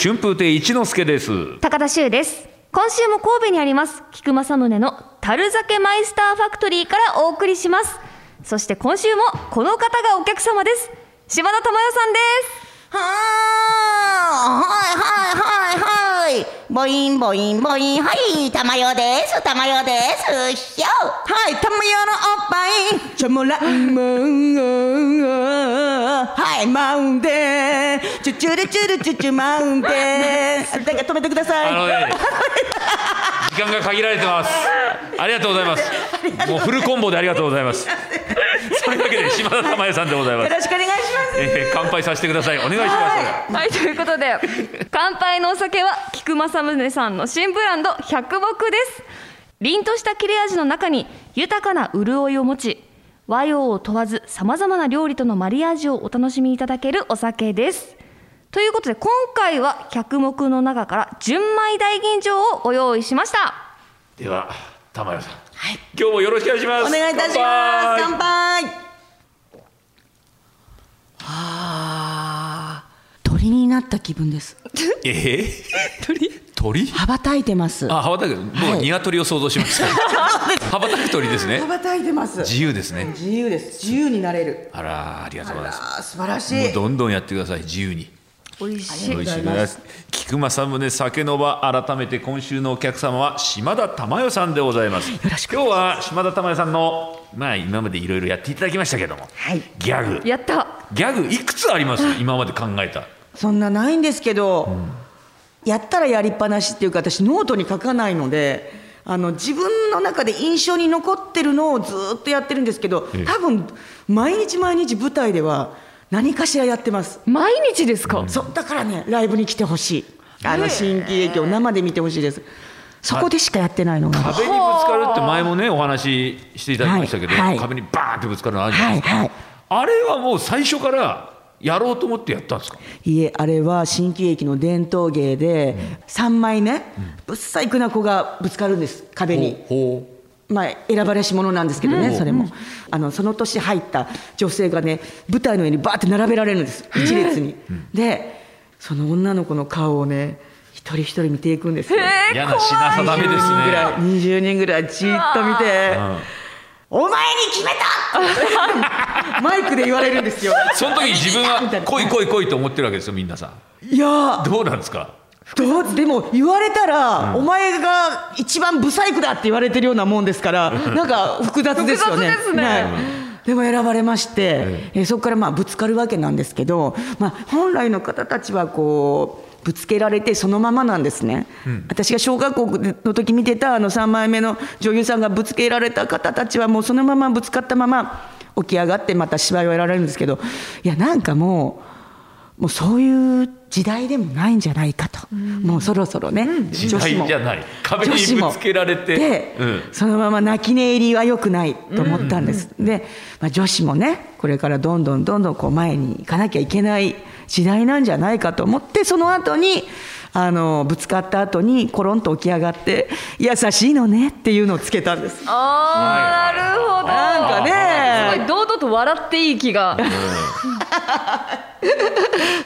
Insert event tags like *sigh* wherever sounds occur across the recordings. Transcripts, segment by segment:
春風亭一之輔です高田修です今週も神戸にあります菊正宗の樽酒マイスターファクトリーからお送りしますそして今週もこの方がお客様です島田珠代さんですはーはいはいはいはいボインボインボインはいたまよですたまよですしょはいたまよのおっぱいちょもらいもんはいマウンテンチュチュルチュルチュチュマウンテン誰か止めてくだあのさいね時間が限られてますありがとうございますもうフルコンボでありがとうございますそれだけで島田珠代さんでございまよす、ろしくお願いしますえー乾杯させてくださいお願いします、はいということで乾杯のお酒は菊正宗さんの新ブランド百木です凛とした切れ味の中に豊かな潤いを持ち和洋を問わずさまざまな料理とのマリアージュをお楽しみいただけるお酒ですということで今回は百目の中から純米大吟醸をご用意しましたでは玉代さん、今日もよろしくお願いしますお願いいたします乾乾杯杯はあ鳥になった気分ですえー、鳥鳥羽ばたいてますあ羽ばたく僕ははい鶏を想像しました、羽ばたく鳥ですね羽ばたいてます自由ですね自由です自由になれるあらありがとうございますあー素晴らしもういどんどんやってください自由に美味しい美味しいです菊正宗酒の場改めて今週のお客様は島田珠代さんでございます今日は島田珠代さんのまあ今までいろいろやっていただきましたけども、はいギャグやったギャグいくつあります今まで考えたそんなないんですけど、やったらやりっぱなしっていうか私ノートに書かないのであの自分の中で印象に残ってるのをずーっとやってるんですけどええ多分毎日毎日舞台では何かしらやってます毎日ですか、そうだからねライブに来てほしいあの新喜劇を生で見てほしいですそこでしかやってないのが壁にぶつかるって前もねお話ししていただきましたけど、はいはい壁にバーンってぶつかるのあるじゃないですか、はいはいあれはもう最初からやろうと思ってやったんですかいえあれは新喜劇の伝統芸で3枚ねぶっさいくな子がぶつかるんです壁に。ほまあ、選ばれし者なんですけどね、うんそれもあのその年入った女性がね舞台の上にバーって並べられるんです一列に、でその女の子の顔をね一人一人見ていくんですよう嫌な品定めですぐらいね20人ぐらいじーっと見て「お前に決めた!」 *laughs* マイクで言われるんですよその時自分みたはいな来い来い来いと思ってるわけですよみんなさんいやーどうなんですかどうでも言われたら、お前が一番ブサイクだって言われてるようなもんですから、なんか複雑ですよね。複雑ですねはいうんでも選ばれまして、えーそこからまあぶつかるわけなんですけど、まあ、本来の方たちはこうぶつけられてそのままなんですね、私が小学校の時見てたあの3枚目の女優さんがぶつけられた方たちはもうそのままぶつかったまま起き上がってまた芝居をやられるんですけどいやなんかもう。もうそういう時代でもないんじゃないかと、もうそろそろね、時代じゃない壁にぶつけられてで、うんそのまま泣き寝入りは良くないと思ったんです、で、まあ、女子もねこれからどんどんどんどんこう前に行かなきゃいけない時代なんじゃないかと思ってその後にあのぶつかった後にコロンと起き上がって「優しいのね」っていうのをつけたんですあー、なるほどなんかすごねい堂々と笑っていい気が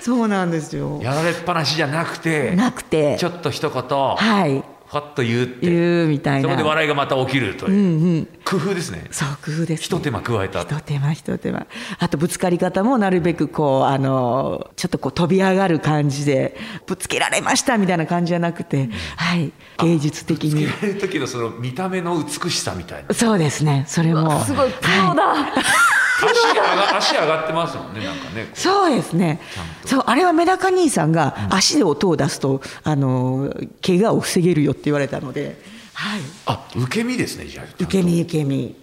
そうなんですよやられっぱなしじゃなくてなくてちょっと一言はいファッと言うって言うみたいそなこで笑いがまた起きるという、工夫ですねそう工夫です、一ね、手間加えた一手間一手間あとぶつかり方もなるべくこうあのちょっとこう飛び上がる感じでぶつけられましたみたいな感じじゃなくて、はい芸術的つけにられる時のその見た目の美しさみ *laughs* たいなそうですねそれもすごいプロだ、足上が足上がってますもんねなんかねそうですねそうあれはメダカ兄さんが足で音を出すとあの怪我を防げるよって言われたので、はい、あ受け身ですねじゃあ受け身受け身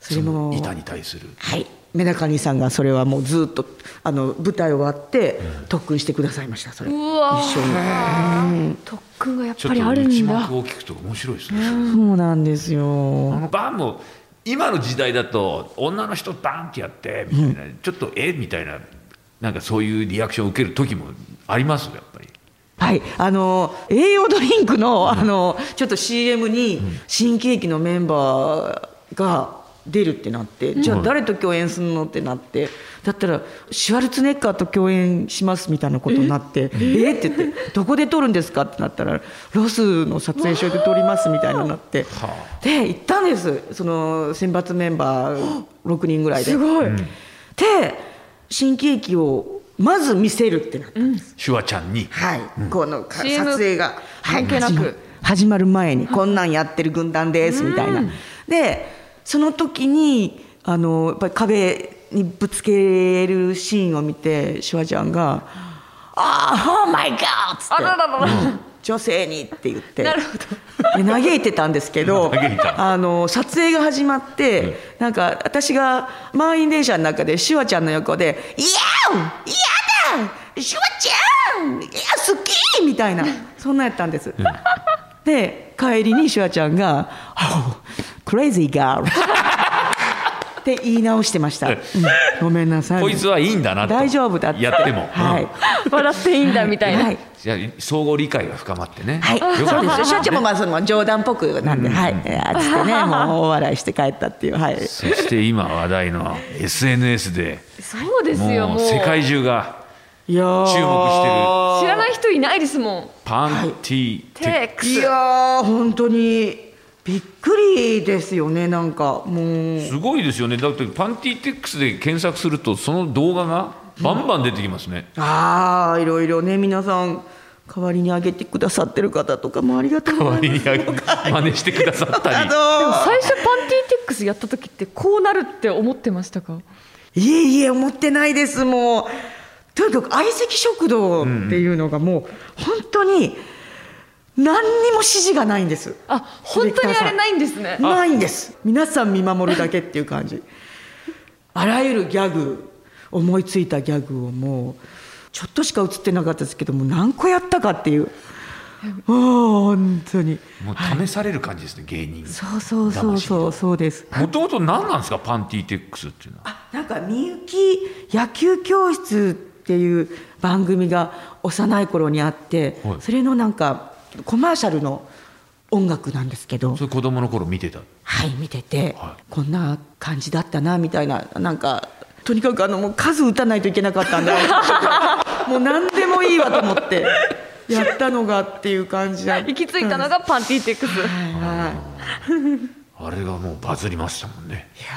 それも板に対するはいメダカ兄さんがそれはもうずっとあの舞台終わって特訓してくださいましたそれうわ一緒に。特訓がやっちょぱっりとある内んだ幕を聞くと面白いですね、そうなんですよ。バンも今の時代だと女の人バンってやってみたいな、ちょっとえみたいななんかそういうリアクションを受ける時もありますよやっぱりはい、あの栄養ドリンクのあのちょっと CM に新喜劇のメンバーが出るってなって、じゃあ誰と共演するのってなってだったらシュワルツェネッガーと共演しますみたいなことになってええって言ってどこで撮るんですかってなったらロスの撮影所で撮りますみたいになってで行ったんですその選抜メンバー6人ぐらいで。すごい、で新喜劇をまず見せるってなったんですシュワちゃんにはい、このか CM 撮影がはい関係なく始ま始まる前にこんなんやってる軍団ですみたいな、でその時にあのやっぱり壁にぶつけるシーンを見てシュワちゃんが「ああオーマイガー!」っつってあらららら女性にって言ってなるほどで嘆いてたんですけ *laughs* ど嘆いたあの撮影が始まって、なんか私が満員電車の中でシュワちゃんの横で「いやーいやだシュワちゃんいや好き!」みたいなそんなんやったんです。で帰りにシュワちゃんが「Oh, crazy girl」って言い直してました、うんごめんなさいこいつはいいんだなと大丈夫だってやってもはい、笑っていいんだみたいな、はいじゃあ相互理解が深まってねはい、よそかっうでたす。社長もまあその冗談っぽくなんで、はい、えーつってね、もう大笑いして帰ったっていう、はい。そして今話題の SNS でそうですよももうう世界中がいやー注目してる知らない人いないですもんパンティテックスいやー本当にびっくりですよね、なんかもう。すごいですよねだってパンティテックスで検索するとその動画がバンバン出てきますね、ああ、いろいろね、皆さん代わりにあげてくださってる方とかもありがとうございます。代わりに真似してくださったありでも最初のパンティーテックスやった時ってこうなるって思ってましたかーいえいえ、思ってないです、もう。とにかく相席食堂っていうのがもう本当に何にも指示がないんです。あ本当にあれないんですねないんです皆さん見守るだけっていう感じあらゆるギャグ思いついたギャグをもうちょっとしか映ってなかったですけどもう何個やったかっていうもう本当にもう試される感じですね芸人そうそうそうそうそうですもともと何なんですかパンティテックスっていうのはあなんかみゆき野球教室っていう番組が幼い頃にあって、はいそれのなんかコマーシャルの音楽なんですけどそれ子供の頃見てたはい見てて、はこんな感じだったなみたいななんかとにかくあのもう数打たないといけなかったんでもう何でもいいわと思ってやったのがっていう感じだったんで行すき着いたのがパンティーテックスはいはいあれがもうバズりましたもんねいや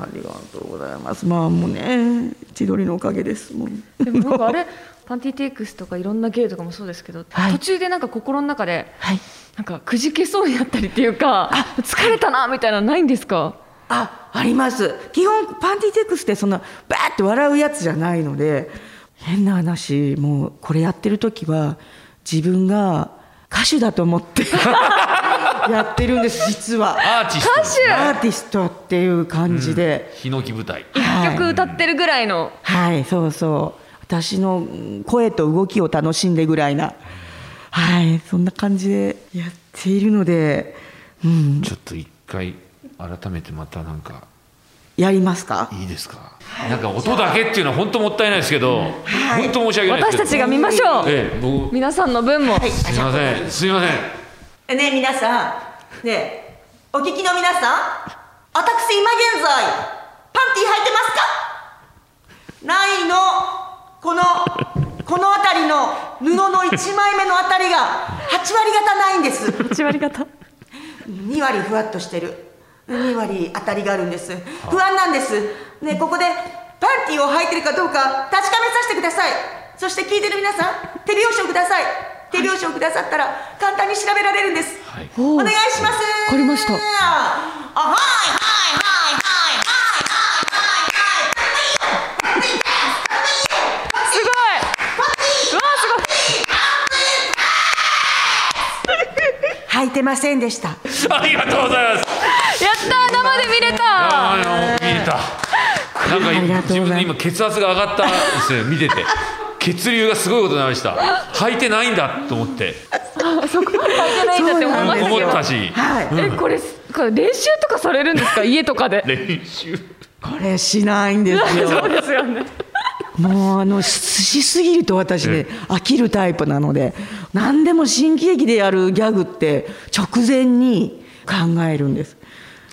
ーありがとうございますまあもうね千鳥のおかげですもうでもなんかあれパンティーテックスとかいろんな芸とかもそうですけど、はい途中でなんか心の中ではいなんかくじけそうになったりっていうか疲れたなみたいなのないんですかああります基本パンティテックスってそんなバーって笑うやつじゃないので変な話もうこれやってる時は自分が歌手だと思って *laughs* やってるんです実はアーティストですねアーティストっていう感じで、ヒノキ舞台はい曲歌ってるぐらいのはいそうそう私のうん声と動きを楽しんでぐらいなはいそんな感じでやっているので、うん、ちょっと一回改めてまたなんかやりますかいいですかなんか音だけっていうのは本当もったいないですけど、本当申し訳ないです私けどたちが見ましょう、ええ僕皆さんの分も、すいませんすいませんねえ皆さんねえお聞きの皆さん私今現在パンティー履いてますかないのこのこの辺りの布の1枚目の辺りが8割方ないんです8割方2割ふわっとしてる2割当たりがあるんです不安なんですねえここでパンティーを履いてるかどうか確かめさせてくださいそして聞いてる皆さん手拍子をください手拍子をくださったら簡単に調べられるんです、はいおお願いしまわす。かりましたあはいすごいうわすはい。履いてませんでした。ありがとうございますごいやったー生で見れたああ見えたなんかありがと自うご分ざのい今血圧が上がったんですよ見てて血流がすごいことになりました履いてないんだと思ってあそこまでいけないんだって思いました思けっどたしはい。えこれこれ練習とかされるんですか家とかで練習これしないんですよ。そうですよねもうあのししすぎると私ね飽きるタイプなので、何でも新喜劇でやるギャグって直前に考えるんです。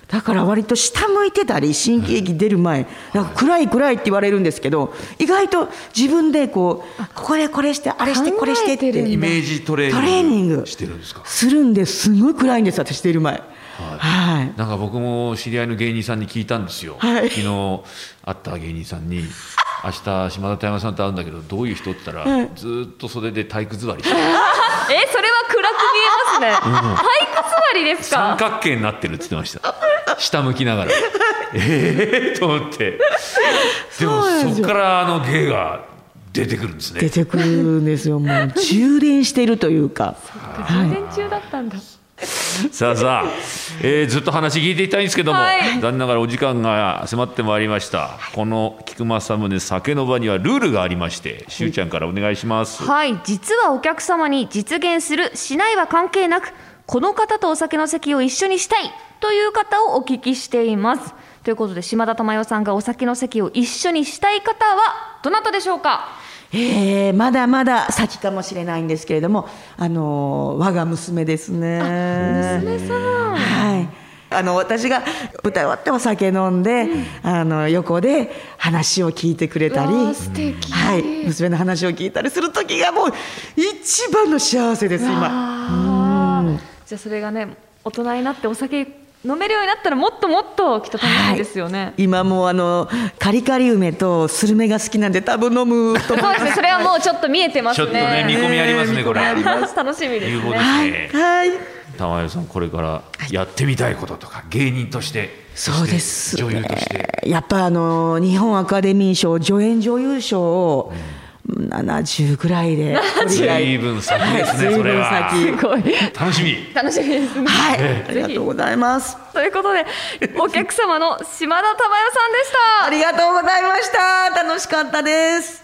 だから割と下向いてたり神経液出る前なんか暗い暗いって言われるんですけど意外と自分でこうここでこれしてあれして考えてるんだこれしてってイメージトレトレーーニニンンググしてるんですかするんですごい暗いんです私出る前はいなんか僕も知り合いの芸人さんに聞いたんですよ、はい昨日会った芸人さんに *laughs* 明日島田太山さんと会うんだけどどういう人って言ったら、ずーっと袖で体育座りしてえそれは暗く見えますね、体育座りです三か角形になってるって言ってました下向きな *laughs* がらええと思ってでもそうなんですよそこからあの芸が出てくるんです出ねてくるんですよもう充電してるという *laughs* か充電中だったんださあさあ、えーずっと話聞いていたいんですけども、はい残念ながらお時間が迫ってまいりましたこの菊間宗酒の場にはルールがありましてしゅうちゃんからお願いしますはい実はお客様に実現するしないは関係なくこの方とお酒の席を一緒にしたいという方をお聞きしていますということで島田珠代さんがお酒の席を一緒にしたい方はどなたでしょうかえーまだまだ先かもしれないんですけれども、あのー我が娘ですね。娘さん。はい。あの私が舞台終わってお酒飲んで、あの横で話を聞いてくれたり、はい、娘の話を聞いたりする時がもう一番の幸せです今。あーじゃあそれがね大人になってお酒飲めるようになったらもっともっときっと楽しいですよね、今もうあのカリカリ梅とスルメが好きなんで多分飲むと *laughs* 思そういですまねす。それはもうちょっと見えてますちょねっとね見込みありますねこれあります楽しみです有望でねすねはい。玉代さんこれからやってみたいこととか芸人としてそうですそして女優としてやっぱあの日本アカデミー賞助演女優賞を70ぐらいで随分先ですねはいそれは随分先すごい楽しみ楽しみですねはい、えありがとうございますということでお客様の島田珠代さんでしたありがとうございました楽しかったです